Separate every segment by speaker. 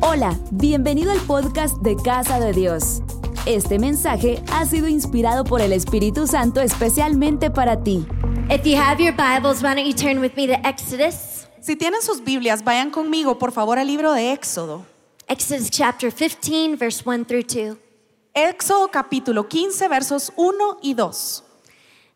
Speaker 1: Hola, bienvenido al podcast de Casa de Dios. Este mensaje ha sido inspirado por el Espíritu Santo especialmente para ti.
Speaker 2: If you have your Bibles, why don't you turn with me to Exodus?
Speaker 3: Si tienen sus Biblias, vayan conmigo, por favor, al libro de Éxodo.
Speaker 2: Exodus chapter 15, verse 1 through 2.
Speaker 3: Éxodo capítulo 15, versos 1 y 2.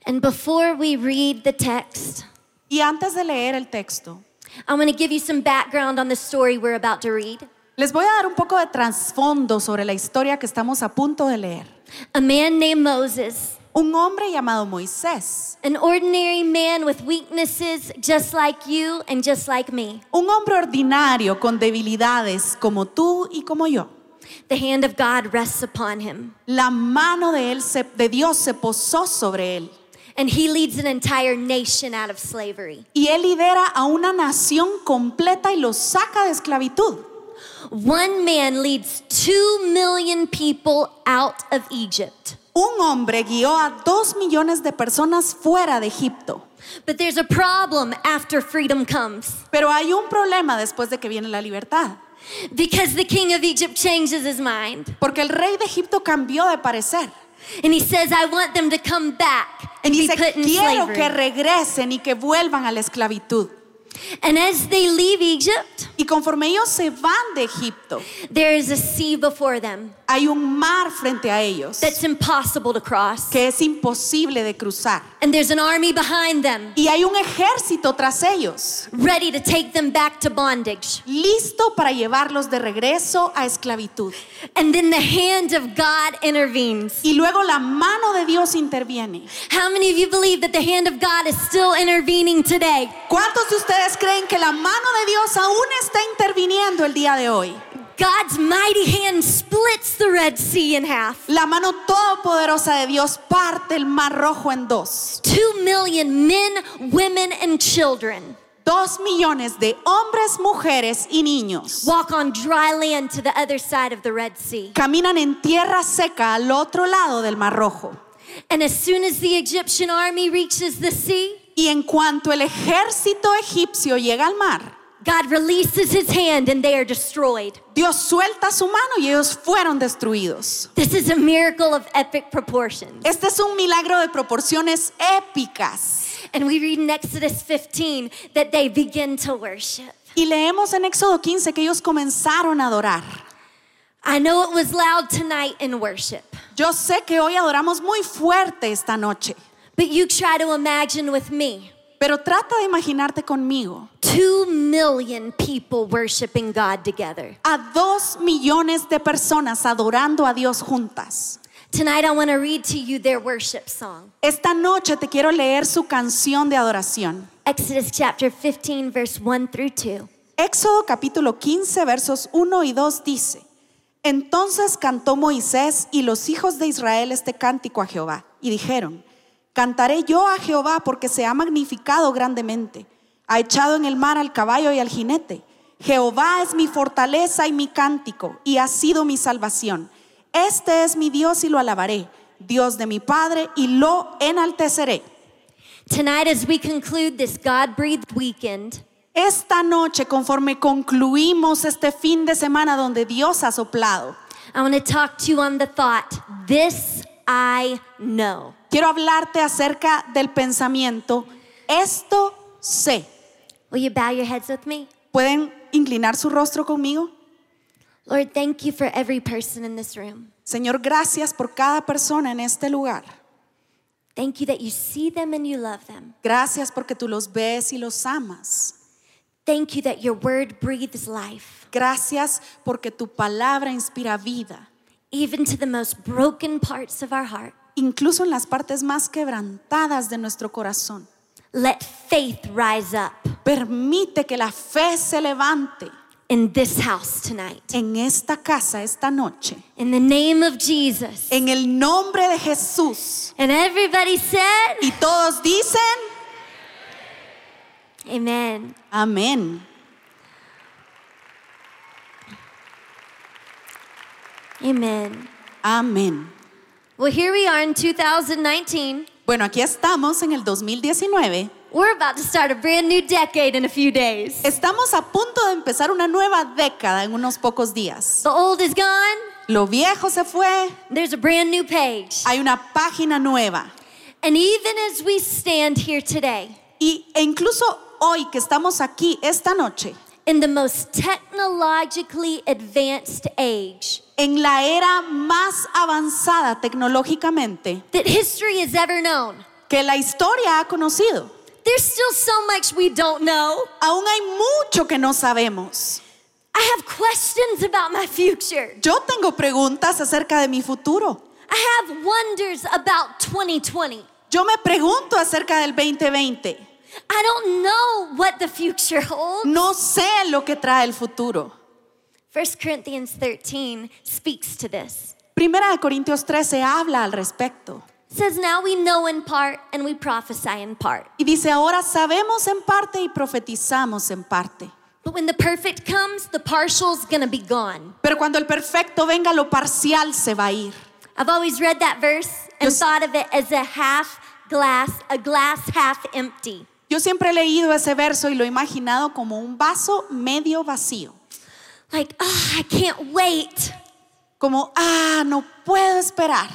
Speaker 2: And before we read the text,
Speaker 3: Y antes de leer el texto,
Speaker 2: I want to give you some background on the story we're about to read.
Speaker 3: les voy a dar un poco de trasfondo sobre la historia que estamos a punto de leer.
Speaker 2: A man named Moses,
Speaker 3: Un hombre llamado Moisés,
Speaker 2: an ordinary man with weaknesses just like you and just like me.
Speaker 3: un hombre ordinario con debilidades como tú y como yo.
Speaker 2: The hand of God rests upon him,
Speaker 3: La mano de, él se- de Dios se posó sobre él
Speaker 2: and he leads an entire nation out of slavery.
Speaker 3: y él lidera a una nación completa y los saca de esclavitud.
Speaker 2: One man leads two million people out of Egypt.
Speaker 3: Un hombre guió a dos millones de personas fuera de Egipto.
Speaker 2: But there's a problem after freedom comes
Speaker 3: Pero hay un problema después de que viene la libertad,
Speaker 2: because the king of Egypt changes his mind
Speaker 3: porque el rey de Egipto cambió de parecer.
Speaker 2: and he says, I want them to come back
Speaker 3: Y
Speaker 2: and be
Speaker 3: dice,
Speaker 2: put in
Speaker 3: quiero que
Speaker 2: slavery.
Speaker 3: regresen y que vuelvan a la esclavitud.
Speaker 2: And as they leave Egypt,
Speaker 3: Y conforme ellos se van de Egipto,
Speaker 2: there is a sea before them
Speaker 3: hay un mar frente a ellos
Speaker 2: that's impossible to cross,
Speaker 3: que es imposible de cruzar.
Speaker 2: and there's an army behind them
Speaker 3: Y hay un ejército tras ellos,
Speaker 2: ready to take them back to bondage.
Speaker 3: listo para llevarlos de regreso a esclavitud.
Speaker 2: And then the hand of God intervenes.
Speaker 3: Y luego la mano de Dios interviene.
Speaker 2: How many of you believe that the hand of God is still intervening today?
Speaker 3: ¿Cuántos de ustedes creen que la mano de Dios aún está interviniendo el día de hoy?
Speaker 2: God's mighty hand splits the Red Sea in half.
Speaker 3: La mano todopoderosa de Dios parte el mar rojo en dos.
Speaker 2: Two million men, women, and children
Speaker 3: Dos millones de hombres, mujeres y niños
Speaker 2: walk on dry land to the other side of the Red Sea.
Speaker 3: caminan en tierra seca al otro lado del mar rojo.
Speaker 2: And as soon as the Egyptian army reaches the sea,
Speaker 3: Y en cuanto el ejército egipcio llega al mar,
Speaker 2: God releases his hand and they are destroyed.
Speaker 3: Dios suelta su mano y ellos fueron destruidos.
Speaker 2: This is a miracle of epic proportions.
Speaker 3: Este es un milagro de proporciones épicas.
Speaker 2: And we read in Exodus 15 that they begin to worship.
Speaker 3: Y leemos en Éxodo 15 que ellos comenzaron a adorar.
Speaker 2: I know it was loud tonight in worship,
Speaker 3: Yo sé que hoy adoramos muy fuerte esta noche,
Speaker 2: but you try to imagine with me
Speaker 3: pero trata de imaginarte conmigo
Speaker 2: two million people worshiping God together.
Speaker 3: a dos millones de personas adorando a Dios juntas.
Speaker 2: Tonight, I want to read to you their worship song.
Speaker 3: Esta noche te quiero leer su canción de adoración.
Speaker 2: Exodus chapter 15, verse 1 through 2.
Speaker 3: Éxodo capítulo 15 versos 1 y 2 dice, Entonces cantó Moisés y los hijos de Israel este cántico a Jehová, y dijeron, Cantaré yo a Jehová porque se ha magnificado grandemente, ha echado en el mar al caballo y al jinete. Jehová es mi fortaleza y mi cántico, y ha sido mi salvación. Este es mi Dios y lo alabaré, Dios de mi Padre, y lo enalteceré.
Speaker 2: Tonight, as we conclude this God breathed weekend,
Speaker 3: Esta noche, conforme concluimos este fin de semana donde Dios ha soplado,
Speaker 2: I want to talk to you on the thought, This I know.
Speaker 3: quiero hablarte acerca del pensamiento, esto sé.
Speaker 2: Will you bow your heads with me?
Speaker 3: ¿Pueden inclinar su rostro conmigo?
Speaker 2: Lord, thank you for every person in this room.
Speaker 3: Señor, gracias por cada persona en este lugar.
Speaker 2: Thank you that you see them and you love them.
Speaker 3: Gracias porque tú los ves y los amas.
Speaker 2: Thank you that your word breathes life,
Speaker 3: Gracias porque tu palabra inspira vida,
Speaker 2: even to the most broken parts of our heart.
Speaker 3: incluso en las partes más quebrantadas de nuestro corazón.
Speaker 2: Let faith rise up
Speaker 3: Permite que la fe se levante
Speaker 2: in this house tonight.
Speaker 3: en esta casa esta noche.
Speaker 2: In the name of Jesus.
Speaker 3: En el nombre de Jesús.
Speaker 2: And everybody said,
Speaker 3: Y todos dicen,
Speaker 2: Amen.
Speaker 3: amén.
Speaker 2: Amen.
Speaker 3: Amén.
Speaker 2: Well, here we are in 2019.
Speaker 3: Bueno, aquí estamos en el 2019.
Speaker 2: We're about to start a brand new decade in a few days.
Speaker 3: Estamos a punto punto de empezar una nueva década en unos pocos días.
Speaker 2: The old is gone,
Speaker 3: Lo viejo se fue,
Speaker 2: there's a brand new page.
Speaker 3: hay una página nueva.
Speaker 2: And even as we stand here today,
Speaker 3: Y, e incluso hoy que estamos aquí, esta noche,
Speaker 2: in the most technologically advanced age
Speaker 3: en la era más avanzada tecnológicamente
Speaker 2: that history has ever known,
Speaker 3: que la historia ha conocido,
Speaker 2: there's still so much we don't know.
Speaker 3: aún hay mucho que no sabemos.
Speaker 2: I have questions about my future.
Speaker 3: Yo tengo preguntas acerca de mi futuro.
Speaker 2: I have wonders about 2020.
Speaker 3: Yo me pregunto acerca del 2020.
Speaker 2: I don't know what the future holds.
Speaker 3: No sé lo que trae el futuro.
Speaker 2: 1 Corinthians 13 speaks to this.
Speaker 3: Primera de Corintios 13 habla al respecto
Speaker 2: It says, Now we know in part and we prophesy in part.
Speaker 3: y dice, ahora sabemos en parte y profetizamos en parte.
Speaker 2: But when the perfect comes, the partial's gonna be gone.
Speaker 3: Pero cuando el perfecto venga, lo parcial se va a ir.
Speaker 2: I've always read that verse and
Speaker 3: Yes.
Speaker 2: thought of it as a half glass, a glass half empty.
Speaker 3: Yo siempre he leído ese verso y lo he imaginado como un vaso medio vacío.
Speaker 2: Like, oh, I can't wait
Speaker 3: Como, ah, no puedo esperar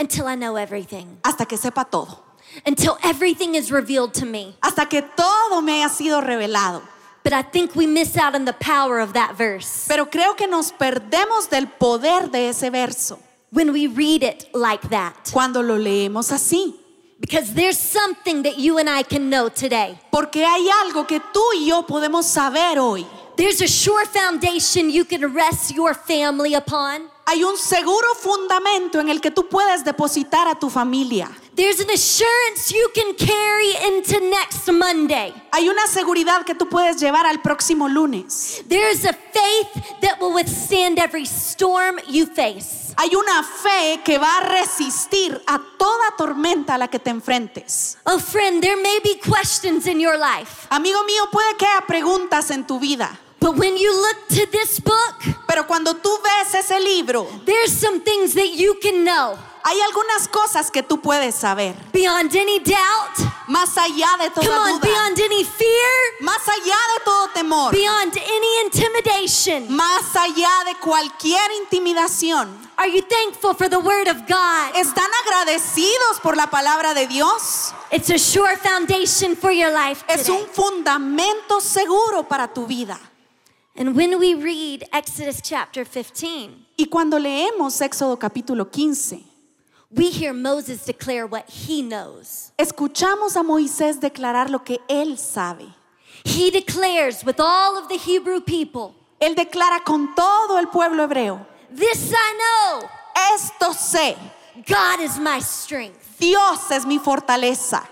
Speaker 2: until I know everything,
Speaker 3: hasta que sepa todo,
Speaker 2: until everything is revealed to me.
Speaker 3: hasta que todo me haya sido revelado.
Speaker 2: But I think we miss out on the power of that verse
Speaker 3: Pero creo que nos perdemos del poder de ese verso
Speaker 2: when we read it like that.
Speaker 3: cuando lo leemos así.
Speaker 2: Because there's something that you and I can know today.
Speaker 3: Porque hay algo que tú y yo podemos saber hoy.
Speaker 2: There's a sure foundation you can rest your family upon.
Speaker 3: Hay un seguro fundamento en el que tú puedes depositar a tu familia.
Speaker 2: There's an assurance you can carry into next Monday.
Speaker 3: Hay una seguridad que tú puedes llevar al próximo lunes.
Speaker 2: There's a faith that will withstand every storm you face.
Speaker 3: Hay una fe que va a resistir a toda tormenta a la que te enfrentes.
Speaker 2: Oh, friend, there may be questions in your life,
Speaker 3: Amigo mío, puede que haya preguntas en tu vida,
Speaker 2: but when you look to this book,
Speaker 3: pero cuando tú ves ese libro,
Speaker 2: there's some things that you can know
Speaker 3: hay algunas cosas que tú puedes saber.
Speaker 2: beyond any doubt,
Speaker 3: Más allá de
Speaker 2: come
Speaker 3: toda
Speaker 2: on,
Speaker 3: duda,
Speaker 2: beyond any fear,
Speaker 3: más allá de todo temor,
Speaker 2: beyond any intimidation.
Speaker 3: más allá de cualquier intimidación.
Speaker 2: Are you thankful for the Word of God?
Speaker 3: ¿Están agradecidos por la palabra de Dios?
Speaker 2: It's a sure foundation for your life
Speaker 3: Es
Speaker 2: today.
Speaker 3: un fundamento seguro para tu vida.
Speaker 2: And when we read Exodus chapter 15,
Speaker 3: Y cuando leemos Éxodo capítulo 15,
Speaker 2: we hear Moses declare what he knows.
Speaker 3: escuchamos a Moisés declarar lo que él sabe.
Speaker 2: He declares with all of the Hebrew people,
Speaker 3: Él declara con todo el pueblo hebreo,
Speaker 2: This I
Speaker 3: esto sé,
Speaker 2: know, God is my strength.
Speaker 3: Dios es mi fortaleza.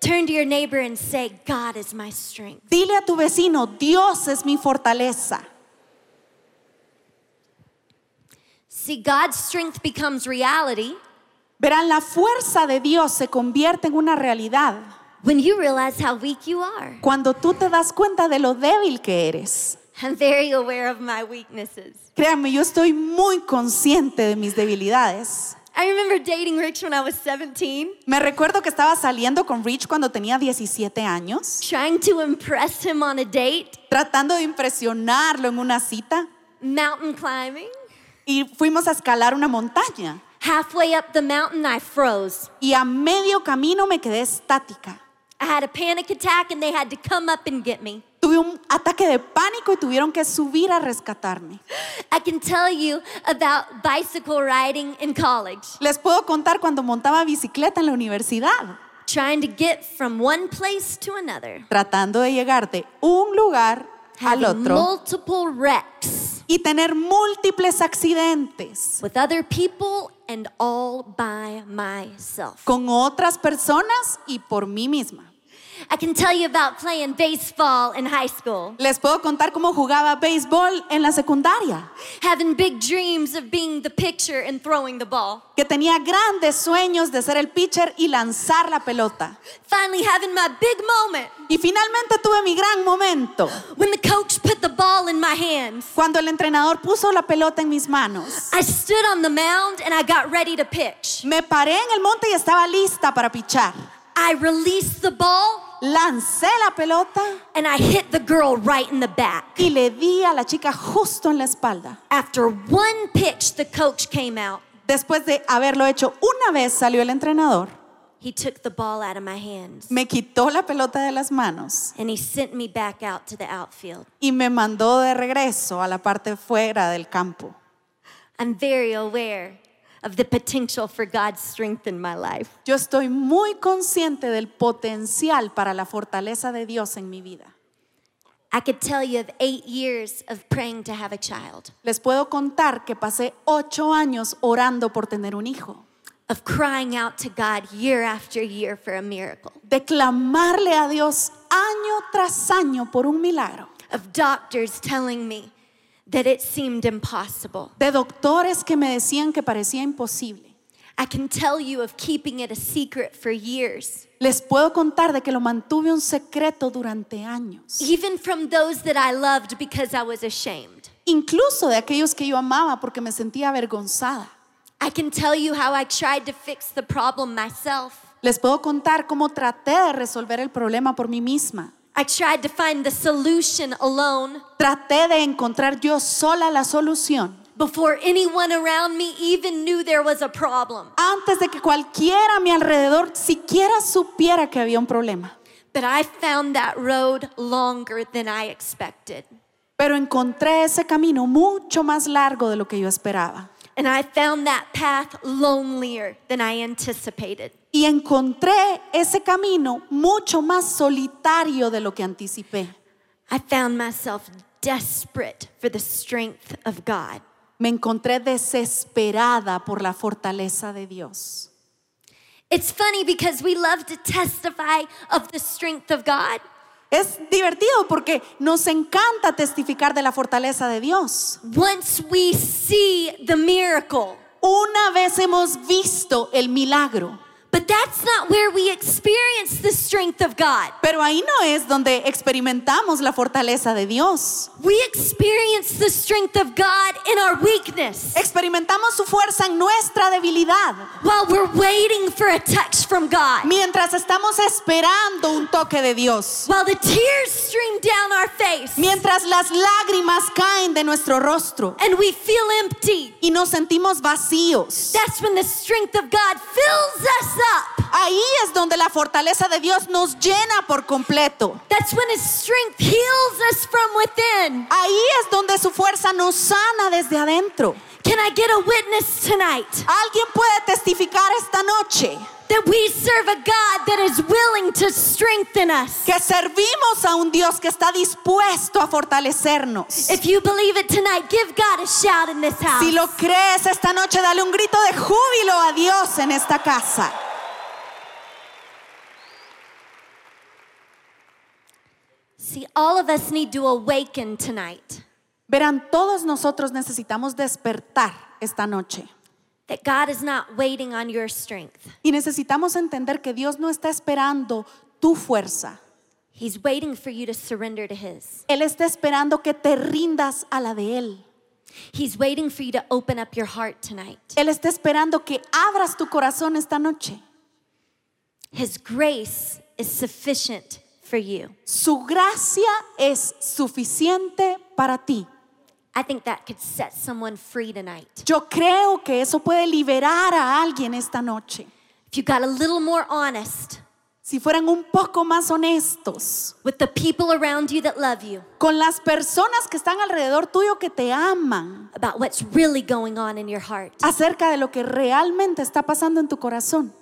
Speaker 2: Turn to your neighbor and say, God is my strength.
Speaker 3: Dile a tu vecino, Dios es mi fortaleza.
Speaker 2: See, God's strength becomes reality
Speaker 3: Verán, la fuerza de Dios se convierte en una realidad
Speaker 2: when you realize how weak you are.
Speaker 3: cuando tú te das cuenta de lo débil que eres.
Speaker 2: I'm very aware of my weaknesses.
Speaker 3: Créanme, yo estoy muy consciente de mis debilidades.
Speaker 2: I remember dating Rich when I was 17,
Speaker 3: Me recuerdo que estaba saliendo con Rich cuando tenía 17 años,
Speaker 2: trying to impress him on a date,
Speaker 3: tratando de impresionarlo en una cita
Speaker 2: mountain climbing.
Speaker 3: y fuimos a escalar una montaña
Speaker 2: Halfway up the mountain, I froze.
Speaker 3: y a medio camino me quedé estática.
Speaker 2: I had a panic attack and they had to come up and get me.
Speaker 3: Tuve un ataque de pánico y tuvieron que subir a rescatarme.
Speaker 2: I can tell you about bicycle riding in college,
Speaker 3: Les puedo contar cuando montaba bicicleta en la universidad,
Speaker 2: trying to get from one place to another,
Speaker 3: tratando de llegar de un lugar al
Speaker 2: having
Speaker 3: otro
Speaker 2: multiple wrecks
Speaker 3: y tener múltiples accidentes
Speaker 2: with other people and all by myself.
Speaker 3: con otras personas y por mí misma.
Speaker 2: I can tell you about playing baseball in high school,
Speaker 3: Les puedo contar cómo jugaba béisbol en la secundaria,
Speaker 2: having big dreams of being the pitcher and throwing the ball,
Speaker 3: que tenía grandes sueños de ser el pitcher y lanzar la pelota.
Speaker 2: finally having my big moment
Speaker 3: Y finalmente tuve mi gran momento,
Speaker 2: when the coach put the ball in my hands.
Speaker 3: cuando el entrenador puso la pelota en mis manos.
Speaker 2: I stood on the mound and I got ready to pitch.
Speaker 3: Me paré en el monte y estaba lista para pichar.
Speaker 2: I released the ball
Speaker 3: lancé la pelota
Speaker 2: and I hit the girl right in the back.
Speaker 3: y le di a la chica justo en la espalda.
Speaker 2: After one pitch, the coach came out.
Speaker 3: Después de haberlo hecho una vez, salió el entrenador,
Speaker 2: He took the ball out of my hands
Speaker 3: me quitó la pelota de las manos
Speaker 2: and he sent me back out to the outfield.
Speaker 3: y me mandó de regreso a la parte fuera del campo.
Speaker 2: I'm very aware of the potential for God's strength in my life.
Speaker 3: Yo estoy muy consciente del potencial para la fortaleza de Dios en mi vida.
Speaker 2: I could tell you of eight years of praying to have a child,
Speaker 3: Les puedo contar que pasé ocho años orando por tener un hijo,
Speaker 2: of crying out to God year after year for a miracle,
Speaker 3: de clamarle a Dios año tras año por un milagro,
Speaker 2: of doctors telling me that it seemed impossible.
Speaker 3: de doctores que me decían que parecía imposible.
Speaker 2: I can tell you of keeping it a secret for years,
Speaker 3: Les puedo contar de que lo mantuve un secreto durante años,
Speaker 2: even from those that I loved because I was ashamed.
Speaker 3: incluso de aquellos que yo amaba porque me sentía avergonzada.
Speaker 2: I can tell you how I tried to fix the problem myself.
Speaker 3: Les puedo contar cómo traté de resolver el problema por mí misma.
Speaker 2: I tried to find the solution alone
Speaker 3: Traté de encontrar yo sola la solución
Speaker 2: before anyone around me even knew there was a problem.
Speaker 3: antes de que cualquiera a mi alrededor siquiera supiera que había un problema.
Speaker 2: But I found that road longer than I expected.
Speaker 3: Pero encontré ese camino mucho más largo de lo que yo esperaba.
Speaker 2: And I found that path lonelier than I anticipated.
Speaker 3: Y encontré ese camino mucho más solitario de lo que anticipé.
Speaker 2: I found myself desperate for the strength of God.
Speaker 3: Me encontré desesperada por la fortaleza de Dios.
Speaker 2: It's funny because we love to testify of the strength of God,
Speaker 3: Es divertido porque nos encanta testificar de la fortaleza de Dios.
Speaker 2: once we see the miracle.
Speaker 3: Una vez hemos visto el milagro,
Speaker 2: But that's not where we experience the strength of God.
Speaker 3: pero ahí no es donde experimentamos la fortaleza de Dios.
Speaker 2: We experience the strength of God in our weakness
Speaker 3: Experimentamos su fuerza en nuestra debilidad.
Speaker 2: while we're waiting for a touch from God,
Speaker 3: Mientras estamos esperando un toque de Dios.
Speaker 2: while the tears stream down our face
Speaker 3: Mientras las lágrimas caen de nuestro rostro
Speaker 2: and we feel empty.
Speaker 3: y nos sentimos vacíos.
Speaker 2: That's when the strength of God fills us up.
Speaker 3: Ahí es donde la fortaleza de Dios nos llena por completo.
Speaker 2: That's when His strength heals us from within.
Speaker 3: Ahí es donde su fuerza nos sana desde adentro.
Speaker 2: Can I get a witness tonight
Speaker 3: Alguien puede testificar esta noche
Speaker 2: that we serve a God that is willing to strengthen us?
Speaker 3: que servimos a un Dios que está dispuesto a fortalecernos.
Speaker 2: If you believe it tonight, give God a shout in this house.
Speaker 3: Si lo crees esta noche, dale un grito de júbilo a Dios en esta casa.
Speaker 2: See, all of us need to awaken tonight
Speaker 3: Verán, todos nosotros necesitamos despertar esta noche.
Speaker 2: that God is not waiting on your strength.
Speaker 3: Y necesitamos entender que Dios no está esperando tu fuerza.
Speaker 2: He's waiting for you to surrender to His.
Speaker 3: Él está esperando que te rindas a la de Él.
Speaker 2: He's waiting for you to open up your heart tonight.
Speaker 3: Él está esperando que abras tu corazón esta noche.
Speaker 2: His grace is sufficient for you.
Speaker 3: Su gracia es suficiente para ti.
Speaker 2: I think that could set someone free tonight.
Speaker 3: Yo creo que eso puede liberar a alguien esta noche.
Speaker 2: If you got a little more honest
Speaker 3: Si fueran un poco más honestos
Speaker 2: with the people around you that love you
Speaker 3: con las personas que están alrededor tuyo que te aman
Speaker 2: about what's really going on in your heart.
Speaker 3: acerca de lo que realmente está pasando en tu corazón.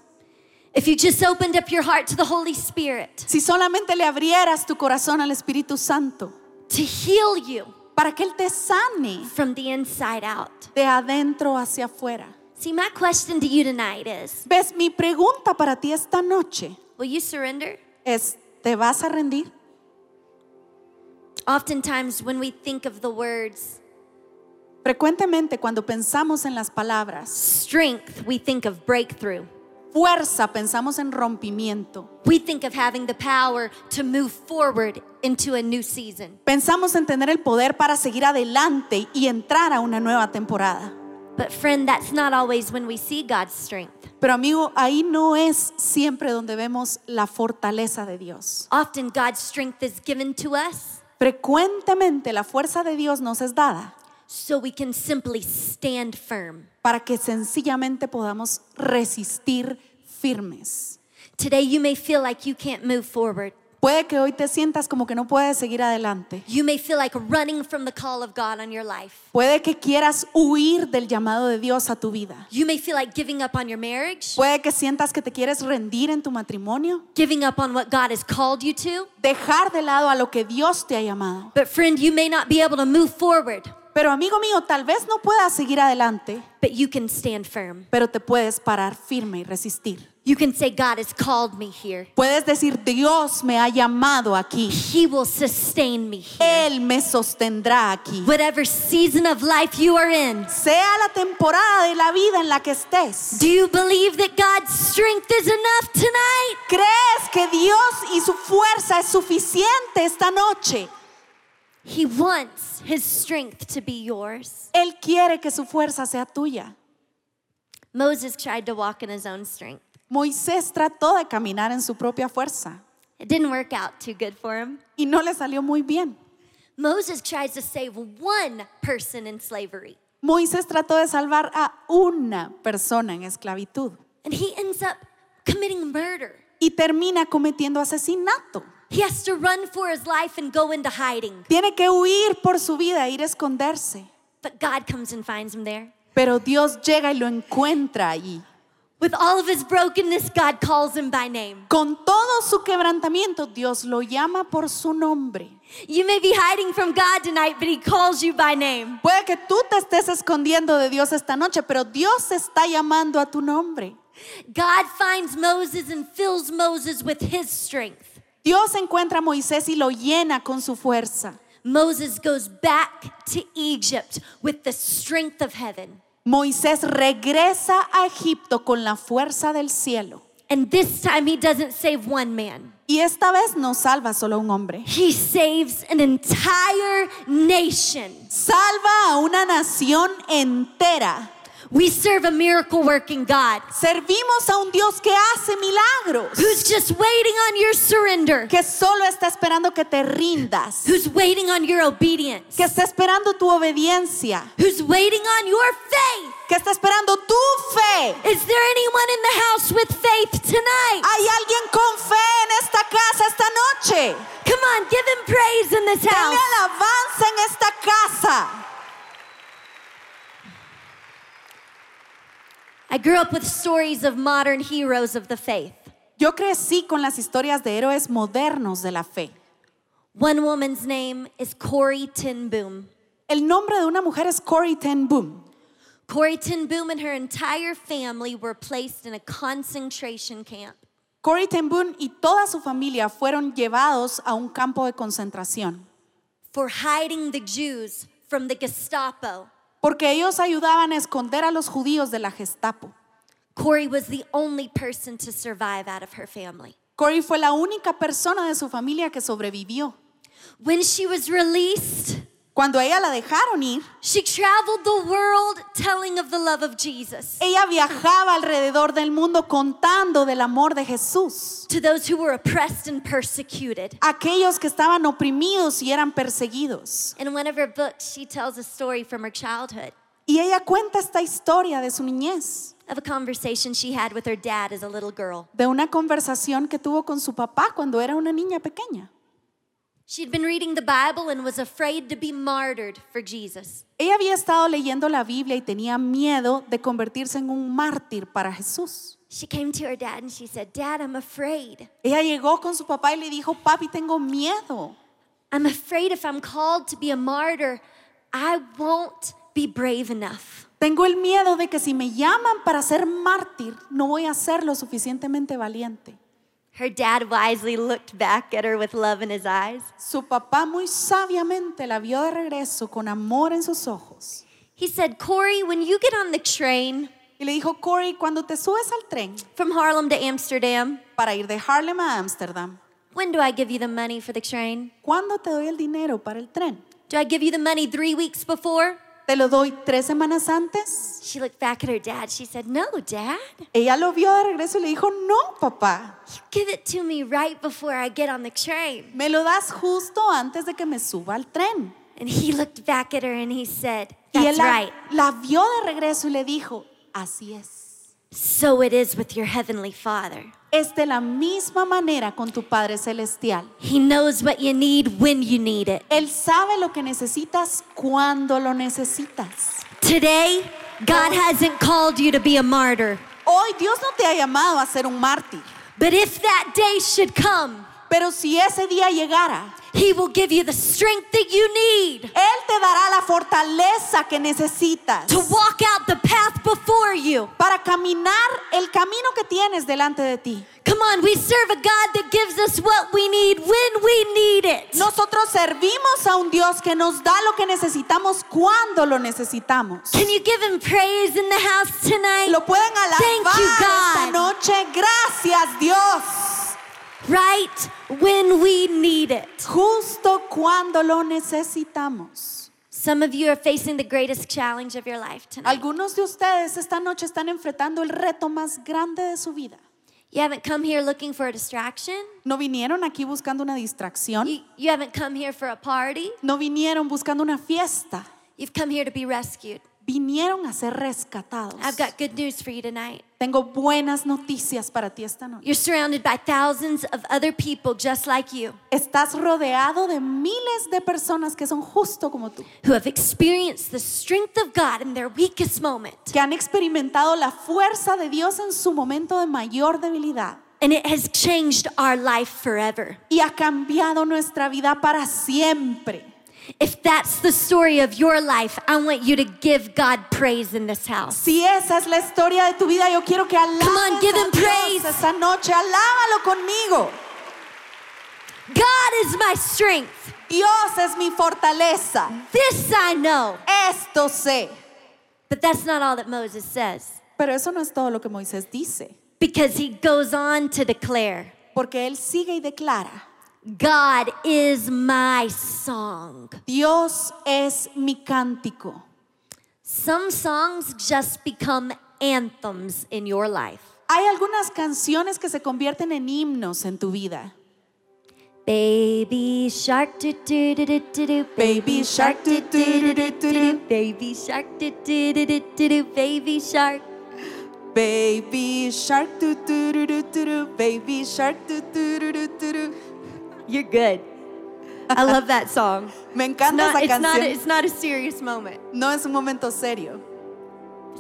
Speaker 2: If you just opened up your heart to the Holy Spirit
Speaker 3: Si solamente le abrieras tu corazón al Espíritu Santo
Speaker 2: to heal you
Speaker 3: para que Él te sane
Speaker 2: from the inside out.
Speaker 3: de adentro hacia afuera.
Speaker 2: See, my question to you tonight is
Speaker 3: Ves, mi pregunta para ti esta noche
Speaker 2: Will you surrender?
Speaker 3: es, ¿te vas a rendir?
Speaker 2: Oftentimes, when we think of the words
Speaker 3: Frecuentemente cuando pensamos en las palabras
Speaker 2: strength, we think of breakthrough.
Speaker 3: fuerza, pensamos en rompimiento.
Speaker 2: We think of having the power to move forward into a new season.
Speaker 3: Pensamos en tener el poder para seguir adelante y entrar a una nueva temporada.
Speaker 2: But friend, that's not always when we see God's strength.
Speaker 3: Pero amigo, ahí no es siempre donde vemos la fortaleza de Dios.
Speaker 2: Often God's strength is given to us
Speaker 3: Frecuentemente la fuerza de Dios nos es dada
Speaker 2: so we can simply stand firm.
Speaker 3: para que sencillamente podamos resistir firmes.
Speaker 2: Today you may feel like you can't move forward.
Speaker 3: Puede que hoy te sientas como que no puedes seguir adelante.
Speaker 2: You may feel like running from the call of God on your life.
Speaker 3: Puede que quieras huir del llamado de Dios a tu vida.
Speaker 2: You may feel like giving up on your marriage,
Speaker 3: Puede que sientas que te quieres rendir en tu matrimonio,
Speaker 2: giving up on what God has called you to.
Speaker 3: dejar de lado a lo que Dios te ha llamado.
Speaker 2: But friend, you may not be able to move forward,
Speaker 3: Pero amigo mío, tal vez no puedas seguir adelante,
Speaker 2: but you can stand firm.
Speaker 3: pero te puedes parar firme y resistir.
Speaker 2: You can say, God has called me here.
Speaker 3: Puedes decir, Dios me ha llamado aquí.
Speaker 2: He will sustain me here.
Speaker 3: Él me sostendrá aquí.
Speaker 2: Whatever season of life you are in,
Speaker 3: Sea la temporada de la vida en la que estés.
Speaker 2: do you believe that God's strength is enough tonight?
Speaker 3: ¿Crees que Dios y su fuerza es suficiente esta noche?
Speaker 2: He wants his strength to be yours.
Speaker 3: Él quiere que su fuerza sea tuya.
Speaker 2: Moses tried to walk in his own strength.
Speaker 3: Moisés trató de caminar en su propia fuerza
Speaker 2: It didn't work out too good for him.
Speaker 3: y no le salió muy bien.
Speaker 2: Moses tries to save one person in slavery,
Speaker 3: Moisés trató de salvar a una persona en esclavitud
Speaker 2: and he ends up committing murder.
Speaker 3: y termina cometiendo asesinato.
Speaker 2: He has to run for his life and go into hiding.
Speaker 3: Tiene que huir por su vida, ir a esconderse.
Speaker 2: But God comes and finds him there.
Speaker 3: Pero Dios llega y lo encuentra allí.
Speaker 2: With all of his brokenness, God calls him by name.
Speaker 3: Con todo su quebrantamiento, Dios lo llama por su nombre.
Speaker 2: You may be hiding from God tonight, but he calls you by name.
Speaker 3: Puede que tú te estés escondiendo de Dios esta noche, pero Dios está llamando a tu nombre.
Speaker 2: God finds Moses and fills Moses with his strength.
Speaker 3: Dios encuentra a Moisés y lo llena con su fuerza.
Speaker 2: Moses goes back to Egypt with the strength of heaven.
Speaker 3: Moisés regresa a Egipto con la fuerza del cielo.
Speaker 2: And this time he doesn't save one man.
Speaker 3: Y esta vez no salva solo a un hombre.
Speaker 2: He saves an entire nation.
Speaker 3: Salva a una nación entera.
Speaker 2: We serve a miracle working God
Speaker 3: Servimos a un Dios que hace milagros.
Speaker 2: who's just waiting on your surrender,
Speaker 3: Que solo está esperando que te rindas.
Speaker 2: who's waiting on your obedience,
Speaker 3: Que está esperando tu obediencia.
Speaker 2: who's waiting on your faith.
Speaker 3: Que está esperando tu fe.
Speaker 2: Is there anyone in the house with faith tonight?
Speaker 3: Hay alguien con fe en esta casa esta noche.
Speaker 2: Come on, give him praise in this
Speaker 3: Dale
Speaker 2: house.
Speaker 3: alabanza en esta casa.
Speaker 2: I grew up with stories of modern heroes of the faith.
Speaker 3: Yo crecí con las historias de héroes modernos de la fe.
Speaker 2: One woman's name is Corey Ten Boom.
Speaker 3: El nombre de una mujer es Corrie Ten Boom.
Speaker 2: Corey Ten Boom and her entire family were placed in a concentration camp.
Speaker 3: Corrie Ten Boom y toda su familia fueron llevados a un campo de concentración
Speaker 2: for hiding the Jews from the Gestapo.
Speaker 3: porque ellos ayudaban a esconder a los judíos de la Gestapo.
Speaker 2: Corey was the only person to survive out of her family.
Speaker 3: Corrie fue la única persona de su familia que sobrevivió.
Speaker 2: When she was released,
Speaker 3: Cuando a ella la dejaron ir,
Speaker 2: she traveled the world telling of the love of Jesus
Speaker 3: ella viajaba alrededor del mundo contando del amor de Jesús.
Speaker 2: to those who were oppressed and persecuted.
Speaker 3: Aquellos que estaban oprimidos y eran perseguidos.
Speaker 2: In one of her books, she tells a story from her childhood
Speaker 3: Y ella cuenta esta historia de su niñez,
Speaker 2: of a conversation she had with her dad as a little girl.
Speaker 3: de una conversación que tuvo con su papá cuando era una niña pequeña.
Speaker 2: She'd been reading the Bible and was afraid to be martyred for Jesus.
Speaker 3: Ella había estado leyendo la Biblia y tenía miedo de convertirse en un mártir para Jesús.
Speaker 2: She came to her dad and she said, Dad, I'm afraid.
Speaker 3: Ella llegó con su papá y le dijo, papi, tengo miedo.
Speaker 2: I'm afraid if I'm called to be a martyr, I won't be brave enough.
Speaker 3: Tengo el miedo de que si me llaman para ser mártir, no voy a ser lo suficientemente valiente.
Speaker 2: Her dad wisely looked back at her with love in his eyes.
Speaker 3: Su papá muy sabiamente la vio de regreso con amor en sus ojos.
Speaker 2: He said, Corey, when you get on the train
Speaker 3: Y le dijo, Corey, cuando te subes al tren
Speaker 2: from Harlem to Amsterdam,
Speaker 3: para ir de Harlem a Ámsterdam,
Speaker 2: when do I give you the money for the train?
Speaker 3: ¿cuándo te doy el dinero para el tren?
Speaker 2: Do I give you the money three weeks before?
Speaker 3: ¿Te Te lo doy tres semanas antes.
Speaker 2: She looked back at her dad. She said, No, dad,
Speaker 3: Ella lo vio de regreso y le dijo, no, papá,
Speaker 2: you give it to me right before I get on the train.
Speaker 3: me lo das justo antes de que me suba al tren.
Speaker 2: And he looked back at her and he said,
Speaker 3: Y él
Speaker 2: That's
Speaker 3: la,
Speaker 2: right.
Speaker 3: la vio de regreso y le dijo, así es.
Speaker 2: So it is with your heavenly father.
Speaker 3: Es de la misma manera con tu Padre Celestial.
Speaker 2: He knows what you need when you need it.
Speaker 3: Él sabe lo que necesitas cuando lo necesitas.
Speaker 2: Today, God hasn't called you to be a martyr.
Speaker 3: Hoy Dios no te ha llamado a ser un mártir,
Speaker 2: But if that day should come,
Speaker 3: pero si ese día llegara,
Speaker 2: He will give you the strength that you need
Speaker 3: Él te dará la fortaleza que necesitas
Speaker 2: to walk out the path before you.
Speaker 3: para caminar el camino que tienes delante de ti.
Speaker 2: Come on, we serve a God that gives us what we need when we need it.
Speaker 3: Nosotros servimos a un Dios que nos da lo que necesitamos cuando lo necesitamos.
Speaker 2: Can you give Him praise in the house tonight?
Speaker 3: Lo pueden alabar
Speaker 2: Thank you, God.
Speaker 3: esta noche. Gracias, Dios.
Speaker 2: Right when we need it.
Speaker 3: Justo cuando lo necesitamos.
Speaker 2: Some of you are facing the greatest challenge of your life tonight.
Speaker 3: Algunos de ustedes esta noche están enfrentando el reto más grande de su vida.
Speaker 2: You haven't come here looking for a distraction.
Speaker 3: No vinieron aquí buscando una distracción.
Speaker 2: You, you haven't come here for a party.
Speaker 3: No vinieron buscando una fiesta.
Speaker 2: You've come here to be rescued.
Speaker 3: Vinieron a ser rescatados.
Speaker 2: I've got good news for you tonight.
Speaker 3: Tengo buenas noticias para ti esta noche.
Speaker 2: You're surrounded by thousands of other people just like you
Speaker 3: Estás rodeado de miles de personas que son justo como tú,
Speaker 2: who have experienced the strength of God in their weakest moment.
Speaker 3: que han experimentado la fuerza de Dios en su momento de mayor debilidad
Speaker 2: And it has changed our life forever.
Speaker 3: y ha cambiado nuestra vida para siempre.
Speaker 2: If that's the story of your life, I want you to give God praise in this house.
Speaker 3: Si esa es la historia de tu vida, yo quiero que alabes
Speaker 2: Come on, give
Speaker 3: a
Speaker 2: him
Speaker 3: Dios
Speaker 2: praise.
Speaker 3: esta noche, alábalo conmigo.
Speaker 2: God is my strength.
Speaker 3: Dios es mi fortaleza.
Speaker 2: This I know.
Speaker 3: Esto sé.
Speaker 2: But that's not all that Moses says
Speaker 3: Pero eso no es todo lo que Moisés dice,
Speaker 2: because he goes on to declare
Speaker 3: porque él sigue y declara,
Speaker 2: God is my song.
Speaker 3: Dios es mi cántico.
Speaker 2: Some songs just become anthems in your life.
Speaker 3: Hay algunas canciones que se convierten en himnos en tu vida.
Speaker 2: Baby shark do do do do do do baby shark do do do do do do baby shark do do do do do do baby shark
Speaker 3: Baby shark, tu, tu, ru, ru, tu, ru, baby shark, tu, tu, ru, ru, tu, ru.
Speaker 2: you're good. I love that song.
Speaker 3: Me
Speaker 2: It's
Speaker 3: encanta
Speaker 2: not,
Speaker 3: esa
Speaker 2: it's, not
Speaker 3: canción.
Speaker 2: a, it's not a serious moment.
Speaker 3: No es un momento serio.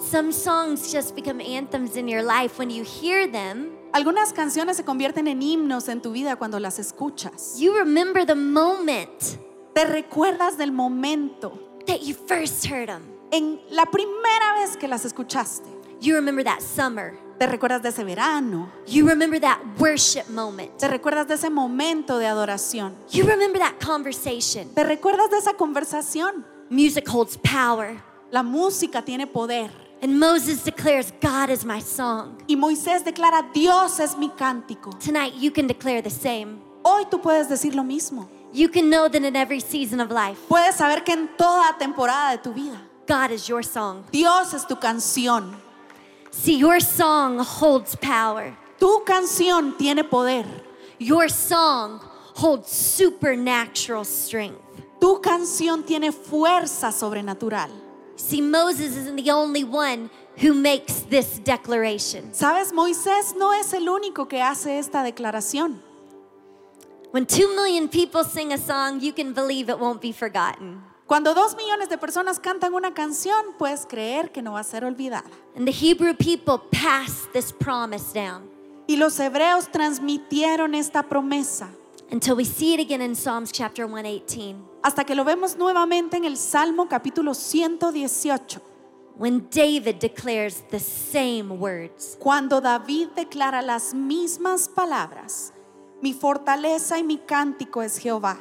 Speaker 2: Some songs just become anthems in your life when you hear them.
Speaker 3: Algunas canciones se convierten en himnos en tu vida cuando las escuchas.
Speaker 2: You remember the moment
Speaker 3: Te recuerdas del momento,
Speaker 2: that you first heard them.
Speaker 3: en la primera vez que las escuchaste.
Speaker 2: You remember that summer.
Speaker 3: Te recuerdas de ese verano,
Speaker 2: You remember that worship moment.
Speaker 3: te recuerdas de ese momento de adoración,
Speaker 2: You remember that conversation.
Speaker 3: te recuerdas de esa conversación.
Speaker 2: Music holds power.
Speaker 3: La música tiene poder.
Speaker 2: And Moses declares, God is my song.
Speaker 3: Y Moisés declara, Dios es mi cántico.
Speaker 2: Tonight, you can declare the same.
Speaker 3: Hoy tú puedes decir lo mismo.
Speaker 2: You can know that in every season of life,
Speaker 3: Puedes saber que en toda temporada de tu vida,
Speaker 2: God is your song.
Speaker 3: Dios es tu canción.
Speaker 2: See, your song holds power.
Speaker 3: Tu canción tiene poder.
Speaker 2: Your song holds supernatural strength.
Speaker 3: Tu canción tiene fuerza sobrenatural.
Speaker 2: See, Moses isn't the only one who makes this declaration.
Speaker 3: Sabes, Moisés no es el único que hace esta declaración.
Speaker 2: When two million people sing a song, you can believe it won't be forgotten.
Speaker 3: Cuando dos millones de personas cantan una canción, puedes creer que no va a ser olvidada.
Speaker 2: And the Hebrew people passed this promise down
Speaker 3: Y los hebreos transmitieron esta promesa
Speaker 2: until we see it again in Psalms chapter 118.
Speaker 3: hasta que lo vemos nuevamente en el Salmo capítulo 118,
Speaker 2: When David declares the same words,
Speaker 3: cuando David declara las mismas palabras, mi fortaleza y mi cántico es Jehová,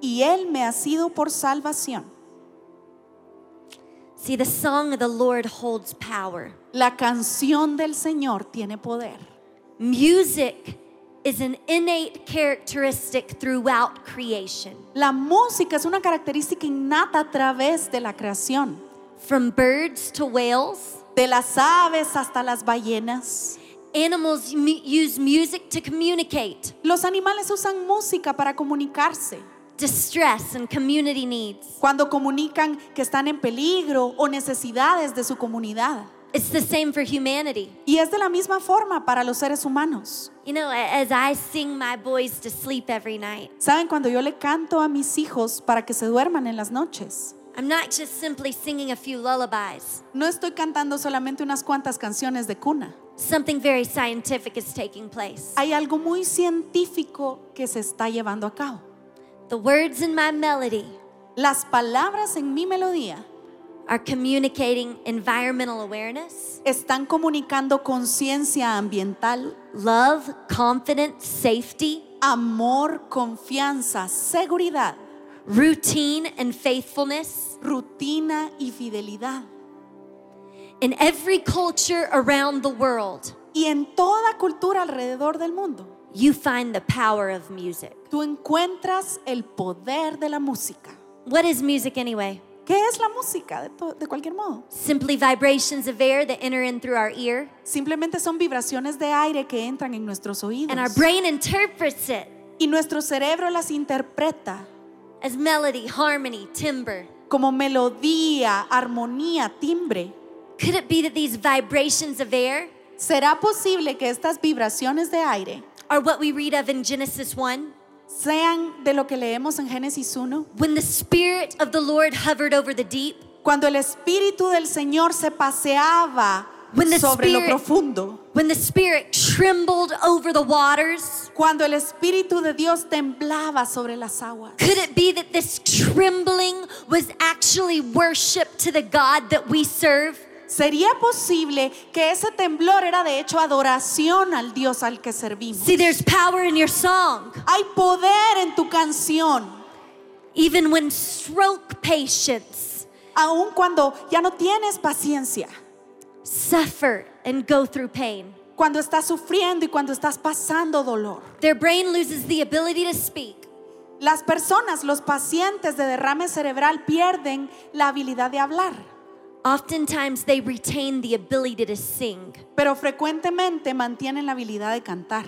Speaker 3: y él me ha sido por salvación.
Speaker 2: see, the song of the Lord holds power.
Speaker 3: La canción del Señor tiene poder.
Speaker 2: Music is an innate characteristic throughout creation.
Speaker 3: La música es una característica innata a través de la creación.
Speaker 2: From birds to whales,
Speaker 3: de las aves hasta las ballenas.
Speaker 2: animals mu- use music to communicate,
Speaker 3: Los animales usan música para comunicarse.
Speaker 2: distress, and community needs.
Speaker 3: Cuando comunican que están en peligro o necesidades de su comunidad.
Speaker 2: It's the same for humanity.
Speaker 3: Y es de la misma forma para los seres humanos.
Speaker 2: You know, a- as I sing my boys to sleep every night,
Speaker 3: ¿Saben cuando yo le canto a mis hijos para que se duerman en las noches?
Speaker 2: I'm not just simply singing a few lullabies.
Speaker 3: No estoy cantando solamente unas cuantas canciones de cuna.
Speaker 2: Something very scientific is taking place.
Speaker 3: Hay algo muy científico que se está llevando a cabo.
Speaker 2: The words in my melody
Speaker 3: Las palabras en mi melodía
Speaker 2: are communicating environmental awareness,
Speaker 3: están comunicando conciencia ambiental,
Speaker 2: love, confidence, safety,
Speaker 3: amor, confianza, seguridad,
Speaker 2: routine, and faithfulness.
Speaker 3: rutina y fidelidad.
Speaker 2: In every culture around the world,
Speaker 3: Y en toda cultura alrededor del mundo,
Speaker 2: you find the power of music.
Speaker 3: tú encuentras el poder de la música.
Speaker 2: What is music anyway?
Speaker 3: ¿Qué es la música? De, to- de cualquier modo.
Speaker 2: Simply vibrations of air that enter in through our ear,
Speaker 3: Simplemente son vibraciones de aire que entran en nuestros oídos.
Speaker 2: and our brain interprets it
Speaker 3: Y nuestro cerebro las interpreta
Speaker 2: as melody, harmony, timbre.
Speaker 3: como melodía, armonía, timbre.
Speaker 2: Could it be that these vibrations of air
Speaker 3: ¿Será posible que estas vibraciones de aire
Speaker 2: are what we read of in Genesis 1?
Speaker 3: sean de lo que leemos en Génesis 1?
Speaker 2: When the Spirit of the Lord hovered over the deep,
Speaker 3: Cuando el Espíritu del Señor se paseaba
Speaker 2: When the
Speaker 3: sobre lo
Speaker 2: Spirit-
Speaker 3: profundo,
Speaker 2: when the Spirit trembled over the waters,
Speaker 3: cuando el Espíritu de Dios temblaba sobre las aguas.
Speaker 2: could it be that this trembling was actually worship to the God that we serve?
Speaker 3: ¿Sería posible que ese temblor era de hecho adoración al Dios al que servimos?
Speaker 2: See, there's power in your song.
Speaker 3: Hay poder en tu canción,
Speaker 2: Even when stroke patients
Speaker 3: aun cuando ya no tienes paciencia,
Speaker 2: suffer and go through pain,
Speaker 3: cuando estás sufriendo y cuando estás pasando dolor.
Speaker 2: their brain loses the ability to speak.
Speaker 3: Las personas, los pacientes de derrame cerebral pierden la habilidad de hablar,
Speaker 2: Oftentimes, they retain the ability to sing.
Speaker 3: pero frecuentemente mantienen la habilidad de cantar.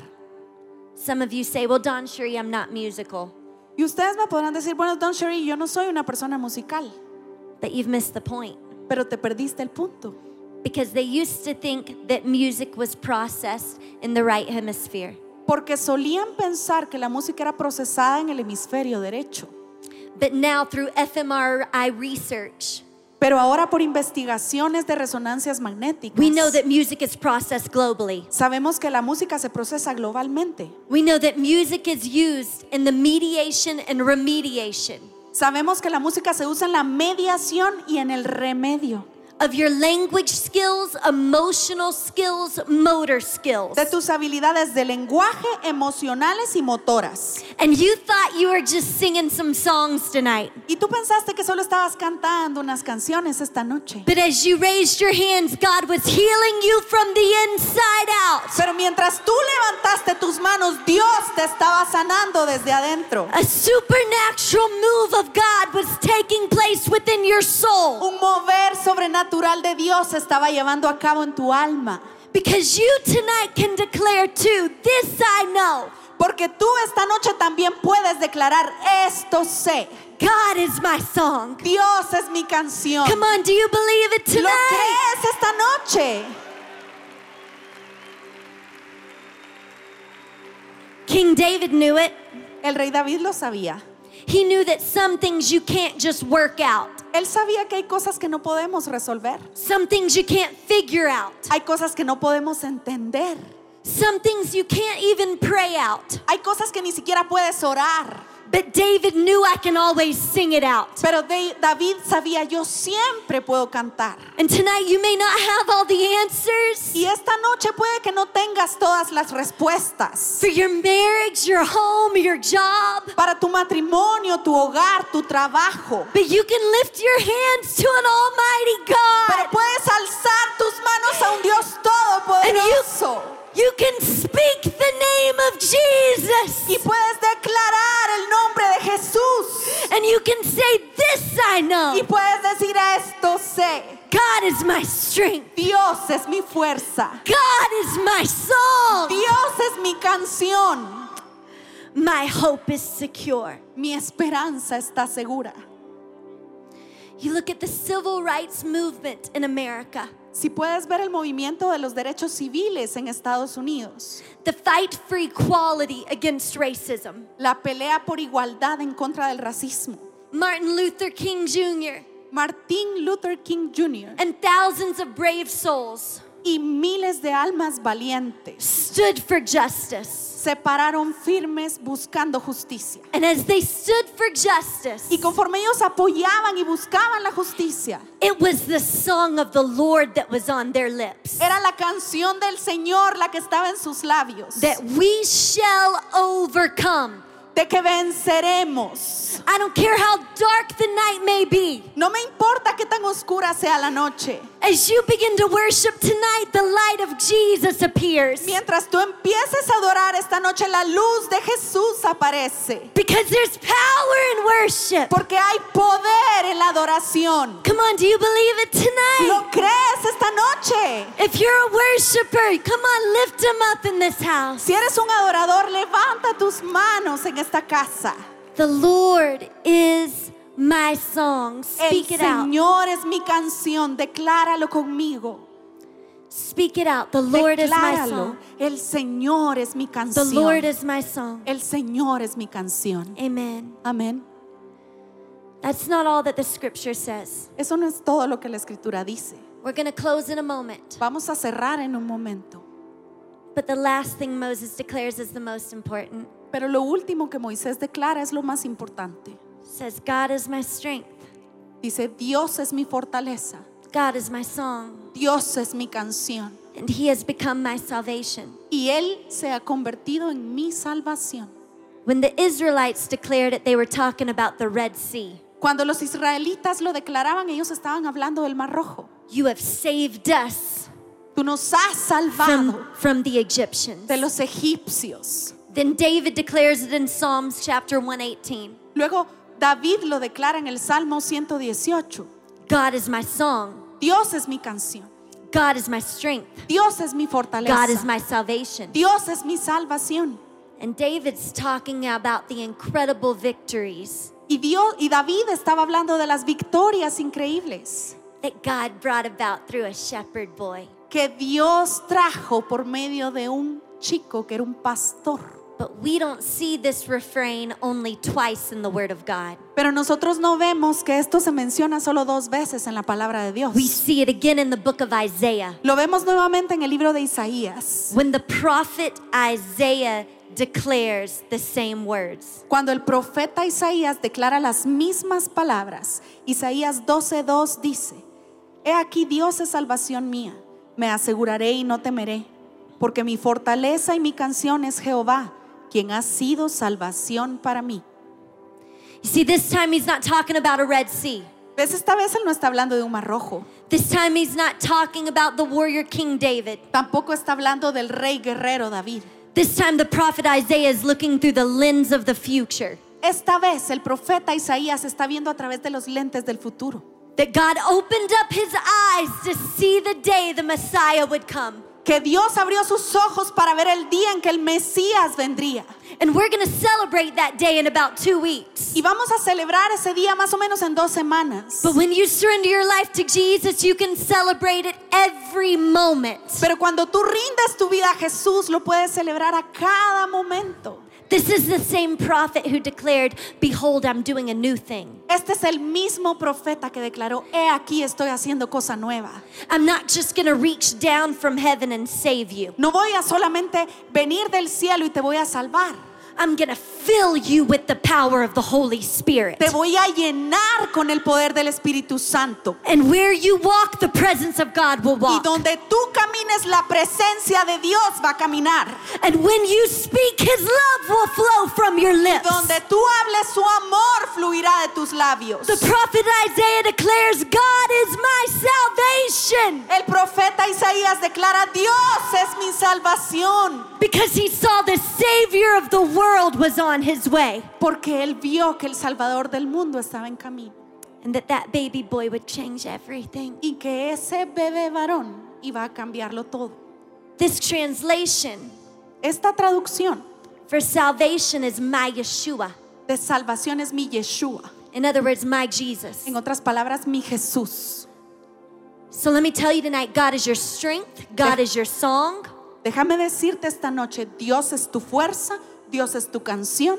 Speaker 2: Some of you say, Well, Don Sherry, I'm not musical.
Speaker 3: Y ustedes me podrán decir, bueno, Don Sherry, yo no soy una persona musical,
Speaker 2: But you've missed the point.
Speaker 3: pero te perdiste el punto.
Speaker 2: Because they used to think that music was processed in the right hemisphere.
Speaker 3: Porque solían pensar que la música era procesada en el hemisferio derecho.
Speaker 2: But now, through fMRI research,
Speaker 3: Pero ahora por investigaciones de resonancias magnéticas,
Speaker 2: we know that music is processed globally.
Speaker 3: sabemos que la música se procesa globalmente.
Speaker 2: We know that music is used in the mediation and remediation
Speaker 3: Sabemos que la música se usa en la mediación y en el remedio
Speaker 2: of your language skills, emotional skills, motor skills.
Speaker 3: de tus habilidades de lenguaje, emocionales y motoras.
Speaker 2: And you thought you were just singing some songs tonight.
Speaker 3: Y tú pensaste que solo estabas cantando unas canciones esta noche.
Speaker 2: But as you raised your hands, God was healing you from the inside out.
Speaker 3: Pero mientras tú levantaste tus manos, Dios te estaba sanando desde adentro.
Speaker 2: A supernatural move of God was taking place within your soul
Speaker 3: Un mover sobrenatural de Dios se estaba llevando a cabo en tu alma.
Speaker 2: because you tonight can declare too, this I know,
Speaker 3: Porque tú esta noche también puedes declarar, esto sé,
Speaker 2: God is my song.
Speaker 3: Dios es mi canción.
Speaker 2: Come on, do you believe it
Speaker 3: ¿Lo
Speaker 2: tonight?
Speaker 3: crees esta noche?
Speaker 2: King David knew it.
Speaker 3: El rey David lo sabía.
Speaker 2: He knew that some things you can't just work out,
Speaker 3: Él sabía que hay cosas que no podemos resolver.
Speaker 2: some things you can't figure out,
Speaker 3: Hay cosas que no podemos entender.
Speaker 2: some things you can't even pray out.
Speaker 3: Hay cosas que ni siquiera puedes orar.
Speaker 2: But David knew I can always sing it out.
Speaker 3: Pero de- David sabía, yo siempre puedo cantar.
Speaker 2: And tonight you may not have all the answers.
Speaker 3: Y esta noche puede que no tengas todas las respuestas.
Speaker 2: for your marriage, your home, your job.
Speaker 3: para tu matrimonio, tu hogar, tu trabajo.
Speaker 2: But you can lift your hands to an almighty
Speaker 3: Pero
Speaker 2: God.
Speaker 3: puedes alzar tus manos a un Dios
Speaker 2: And you,
Speaker 3: todopoderoso
Speaker 2: you can speak the name of
Speaker 3: y
Speaker 2: Jesus.
Speaker 3: puedes declarar el nombre de Jesús
Speaker 2: And you can say, This I
Speaker 3: y
Speaker 2: know.
Speaker 3: puedes decir a esto sé. dice,
Speaker 2: God is my strength.
Speaker 3: Dios es mi fuerza,
Speaker 2: God is my song.
Speaker 3: Dios es mi canción,
Speaker 2: My hope is secure.
Speaker 3: mi esperanza está segura.
Speaker 2: You look at the civil rights movement in America,
Speaker 3: Si puedes ver el movimiento de los derechos civiles en Estados Unidos,
Speaker 2: the fight for equality against racism.
Speaker 3: la pelea por igualdad en contra del racismo,
Speaker 2: Martin Luther King Jr.
Speaker 3: Martin Luther King Jr.
Speaker 2: and thousands of brave souls
Speaker 3: y miles de almas valientes
Speaker 2: stood for justice.
Speaker 3: se pararon firmes buscando justicia.
Speaker 2: And as they stood for justice,
Speaker 3: Y conforme ellos apoyaban y buscaban la justicia,
Speaker 2: it was the song of the Lord that was on their lips.
Speaker 3: era la canción del Señor la que estaba en sus labios,
Speaker 2: That we shall overcome.
Speaker 3: de que venceremos.
Speaker 2: I don't care how dark the night may be.
Speaker 3: No me importa qué tan oscura sea la noche.
Speaker 2: As you begin to worship tonight, the light of Jesus appears.
Speaker 3: Mientras tú empieces a adorar esta noche, la luz de Jesús aparece.
Speaker 2: Because there's power in worship.
Speaker 3: Porque hay poder en la adoración.
Speaker 2: Come on, do you believe it tonight?
Speaker 3: ¿Lo crees esta noche?
Speaker 2: If you're a worshiper, come on, lift him up in this house.
Speaker 3: Si eres un adorador, levanta tus manos en esta casa.
Speaker 2: The Lord is my song.
Speaker 3: El
Speaker 2: Speak it out.
Speaker 3: Señor es mi canción, decláralo conmigo.
Speaker 2: Speak it out. The Lord is my
Speaker 3: Decláralo.
Speaker 2: song.
Speaker 3: El Señor es mi
Speaker 2: The Lord
Speaker 3: canción.
Speaker 2: is my song.
Speaker 3: El Señor es mi canción.
Speaker 2: Amen.
Speaker 3: Amén.
Speaker 2: That's not all that the scripture says.
Speaker 3: Eso no es todo lo que la escritura dice.
Speaker 2: We're going to close in a moment.
Speaker 3: Vamos a cerrar en un momento.
Speaker 2: But the last thing Moses declares is the most important.
Speaker 3: Pero lo último que Moisés declara es lo más importante.
Speaker 2: says, God is my strength.
Speaker 3: Dice, Dios es mi fortaleza,
Speaker 2: God is my song.
Speaker 3: Dios es mi canción
Speaker 2: And he has become my salvation.
Speaker 3: y Él se ha convertido en mi salvación.
Speaker 2: When the Israelites declared it, they were talking about the Red Sea.
Speaker 3: Cuando los israelitas lo declaraban, ellos estaban hablando del Mar Rojo.
Speaker 2: You have saved us
Speaker 3: Tú nos has salvado
Speaker 2: from, from the Egyptians.
Speaker 3: de los egipcios.
Speaker 2: Then David declares it in Psalms chapter 118.
Speaker 3: Luego David lo declara en el Salmo 118.
Speaker 2: God is my song.
Speaker 3: Dios es mi canción,
Speaker 2: God is my strength.
Speaker 3: Dios es mi
Speaker 2: God is
Speaker 3: fortaleza,
Speaker 2: my salvation.
Speaker 3: Dios es mi salvación.
Speaker 2: And David's talking about the incredible victories
Speaker 3: Y, Dios, y David estaba hablando de las victorias increíbles.
Speaker 2: that God brought about through a shepherd boy.
Speaker 3: que Dios trajo por medio de un chico que era un pastor.
Speaker 2: But we don't see this refrain only twice in the Word of God.
Speaker 3: Pero nosotros no vemos que esto se menciona solo dos veces en la palabra de
Speaker 2: We
Speaker 3: Dios.
Speaker 2: see it again in the book of Isaiah.
Speaker 3: Lo vemos nuevamente en el libro de Isaías,
Speaker 2: When the prophet Isaiah declares the same words,
Speaker 3: cuando el profeta Isaías declara las mismas palabras. Isaías 12:2 dice, He aquí Dios es salvación mía, me aseguraré y no temeré, porque mi fortaleza y mi canción es Jehová, quien ha sido salvación para mí.
Speaker 2: you see, this time he's not talking about a Red Sea.
Speaker 3: ¿Ves? Esta vez él no está hablando de un mar rojo.
Speaker 2: This time he's not talking about the warrior King David.
Speaker 3: Tampoco está hablando del rey guerrero David.
Speaker 2: This time the prophet Isaiah is looking through the lens of the future.
Speaker 3: Esta vez el profeta Isaías está viendo a través de los lentes del futuro.
Speaker 2: That God opened up his eyes to see the day the Messiah would come.
Speaker 3: Que Dios abrió sus ojos para ver el día en que el Mesías vendría.
Speaker 2: And we're gonna celebrate that day in about two weeks.
Speaker 3: Y vamos a celebrar ese día más o menos en dos semanas.
Speaker 2: But when you surrender your life to Jesus, you can celebrate it every moment.
Speaker 3: Pero cuando tú rindes tu vida a Jesús, lo puedes celebrar a cada momento.
Speaker 2: This is the same prophet who declared, Behold, I'm doing a new thing.
Speaker 3: Este es el mismo profeta que declaró, he aquí estoy haciendo cosa nueva.
Speaker 2: I'm not just gonna reach down from heaven and save you,
Speaker 3: No voy a solamente venir del cielo y te voy a salvar.
Speaker 2: I'm gonna fill you with the power of the Holy Spirit.
Speaker 3: Te voy a llenar con el poder del Espíritu Santo.
Speaker 2: And where you walk, the presence of God will
Speaker 3: Y
Speaker 2: walk.
Speaker 3: donde tú camines, la presencia de Dios va a caminar.
Speaker 2: And when you speak, His love will flow from your lips.
Speaker 3: Donde tú hables, su amor fluirá de tus labios.
Speaker 2: The prophet Isaiah declares, God is my salvation
Speaker 3: El profeta Isaías declara, Dios es mi salvación,
Speaker 2: because he saw the Savior of the world was on his way.
Speaker 3: porque él vio que el Salvador del mundo estaba en camino.
Speaker 2: and that that baby boy would change everything.
Speaker 3: y que ese bebé varón iba a cambiarlo todo.
Speaker 2: This translation
Speaker 3: Esta traducción
Speaker 2: for salvation is my Yeshua.
Speaker 3: de salvación es mi Yeshua.
Speaker 2: In other words, my Jesus.
Speaker 3: En otras palabras, mi Jesús.
Speaker 2: So let me tell you tonight God is your strength, God is your song,
Speaker 3: Déjame decirte esta noche, Dios es tu fuerza, Dios es tu canción,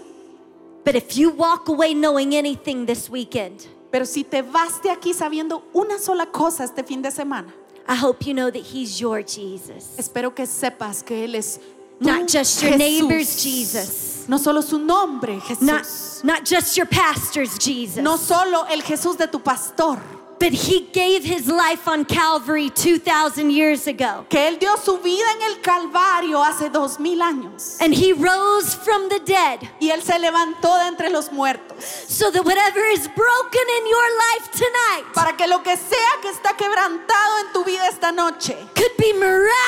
Speaker 2: But if you walk away knowing anything this weekend,
Speaker 3: pero si te vas de aquí sabiendo una sola cosa este fin de semana,
Speaker 2: I hope you know that He's your Jesus.
Speaker 3: espero que sepas que Él es tu
Speaker 2: Not just your
Speaker 3: Jesús.
Speaker 2: neighbor's Jesus.
Speaker 3: No solo su nombre, Jesús.
Speaker 2: Not, not just your pastor's Jesus,
Speaker 3: no solo el Jesús de tu pastor,
Speaker 2: but He gave His life on Calvary 2,000 years ago.
Speaker 3: que Él dio su vida en el Calvario hace dos mil años.
Speaker 2: And He rose from the dead
Speaker 3: Y Él se levantó de entre los muertos.
Speaker 2: so that whatever is broken in your life tonight
Speaker 3: Para que lo que sea que está quebrantado en tu vida esta noche
Speaker 2: could be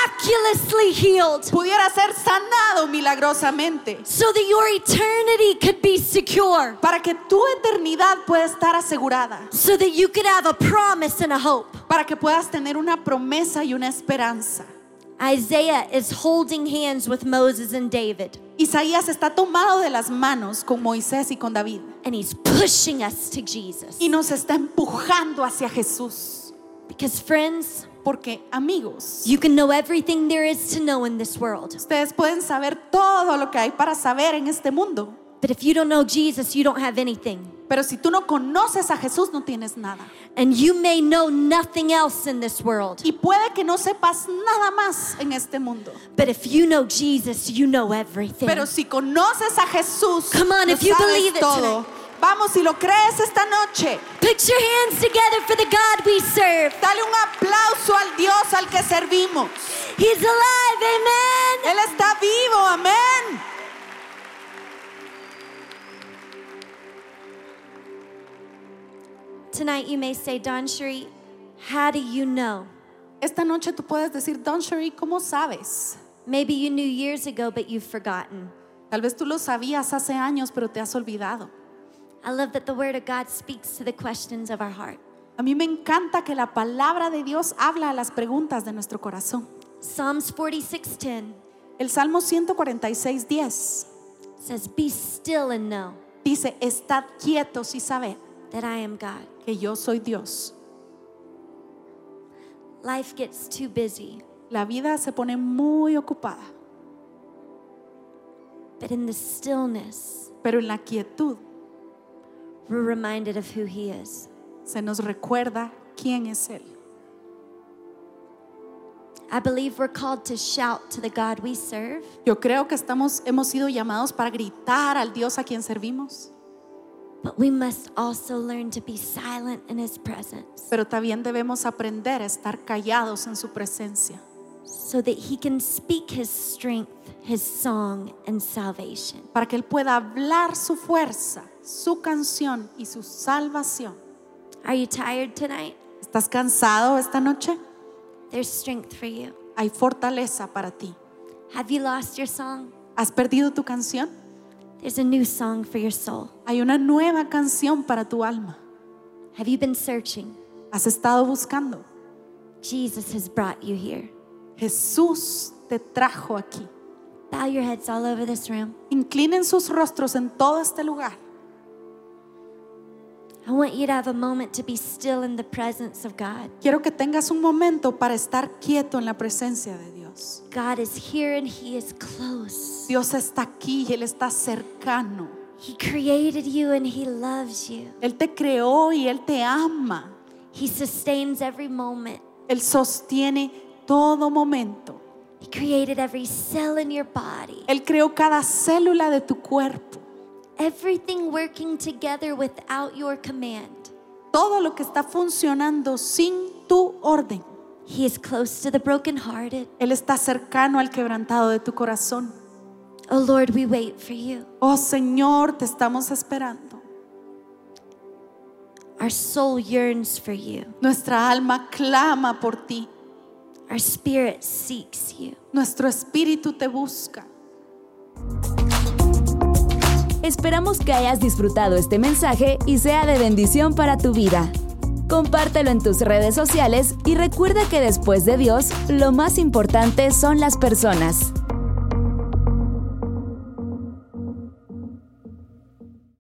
Speaker 2: miraculously healed,
Speaker 3: pudiera ser sanado milagrosamente.
Speaker 2: so that your eternity could be secure,
Speaker 3: Para que tu eternidad pueda estar asegurada.
Speaker 2: so that you could have a promise and a hope.
Speaker 3: Para que puedas tener una promesa y una esperanza.
Speaker 2: Isaiah is holding hands with Moses and David,
Speaker 3: Isaías está tomado de las manos con Moisés y con David.
Speaker 2: and he's pushing us to Jesus.
Speaker 3: Y nos está empujando hacia Jesús.
Speaker 2: Because, friends,
Speaker 3: Porque amigos,
Speaker 2: you can know everything there is to know in this world.
Speaker 3: ustedes pueden saber todo lo que hay para saber en este mundo.
Speaker 2: But if you don't know Jesus, you don't have anything.
Speaker 3: Pero si tú no conoces a Jesús no tienes nada.
Speaker 2: And you may know nothing else in this world.
Speaker 3: Y puede que no sepas nada más en este mundo.
Speaker 2: But if you know Jesus, you know everything.
Speaker 3: Pero si conoces a Jesús,
Speaker 2: Come on,
Speaker 3: lo
Speaker 2: if you
Speaker 3: sabes
Speaker 2: believe it
Speaker 3: todo.
Speaker 2: tonight.
Speaker 3: Vamos, si lo crees esta noche,
Speaker 2: Put your hands together for the God we serve.
Speaker 3: dale un aplauso al Dios al que servimos.
Speaker 2: He's alive, amen.
Speaker 3: Él está vivo, amén.
Speaker 2: Tonight, you may say, Don Sheree, how do you know?
Speaker 3: Esta noche tú puedes decir, Don Sherry, ¿cómo sabes?
Speaker 2: Maybe you knew years ago, but you've forgotten.
Speaker 3: Tal vez tú lo sabías hace años, pero te has olvidado.
Speaker 2: I love that the Word of God speaks to the questions of our heart.
Speaker 3: A mí me encanta que la palabra de Dios habla a las preguntas de nuestro corazón.
Speaker 2: Psalms 46:10
Speaker 3: El Salmo 146, 10
Speaker 2: says, "Be still and know
Speaker 3: dice, estad quietos y sabed
Speaker 2: that I am God."
Speaker 3: que yo soy Dios.
Speaker 2: Life gets too busy,
Speaker 3: La vida se pone muy ocupada,
Speaker 2: but in the stillness,
Speaker 3: pero en la quietud
Speaker 2: we're reminded of who He is.
Speaker 3: se nos recuerda quién es Él.
Speaker 2: I believe we're called to shout to the God we serve,
Speaker 3: Yo creo que estamos, hemos sido llamados para gritar al Dios a quien servimos,
Speaker 2: but we must also learn to be silent in His presence
Speaker 3: pero también debemos aprender a estar callados en su presencia
Speaker 2: so that He can speak His strength, His song, and salvation.
Speaker 3: para que Él pueda hablar su fuerza, su canción y su salvación.
Speaker 2: Are you tired tonight?
Speaker 3: ¿Estás cansado esta noche?
Speaker 2: There's strength for you.
Speaker 3: Hay fortaleza para ti.
Speaker 2: Have you lost your song?
Speaker 3: ¿Has perdido tu canción?
Speaker 2: There's a new song for your soul.
Speaker 3: Hay una nueva canción para tu alma.
Speaker 2: Have you been searching?
Speaker 3: Has estado buscando.
Speaker 2: Jesus has brought you here.
Speaker 3: Jesús te trajo aquí.
Speaker 2: Bow your heads all over this room.
Speaker 3: Inclinen sus rostros en todo este lugar.
Speaker 2: I want you to have a moment to be still in the presence of God.
Speaker 3: Quiero que tengas un momento para estar quieto en la presencia de Dios.
Speaker 2: God is here and He is close.
Speaker 3: Dios está aquí y Él está cercano.
Speaker 2: He created you and He loves you.
Speaker 3: Él te creó y Él te ama.
Speaker 2: He sustains every moment.
Speaker 3: Él sostiene todo momento.
Speaker 2: He created every cell in your body,
Speaker 3: Él creó cada célula de tu cuerpo.
Speaker 2: everything working together without your command.
Speaker 3: Todo lo que está funcionando sin tu orden.
Speaker 2: He is close to the brokenhearted.
Speaker 3: Él está cercano al quebrantado de tu corazón.
Speaker 2: Oh Lord, we wait for you.
Speaker 3: Oh Señor, te estamos esperando.
Speaker 2: Our soul yearns for you.
Speaker 3: Nuestra alma clama por ti.
Speaker 2: Our spirit seeks you.
Speaker 3: Nuestro espíritu te busca.
Speaker 1: Esperamos que hayas disfrutado este mensaje y sea de bendición para tu vida. Compártelo en tus redes sociales y recuerda que después de Dios, lo más importante son las personas.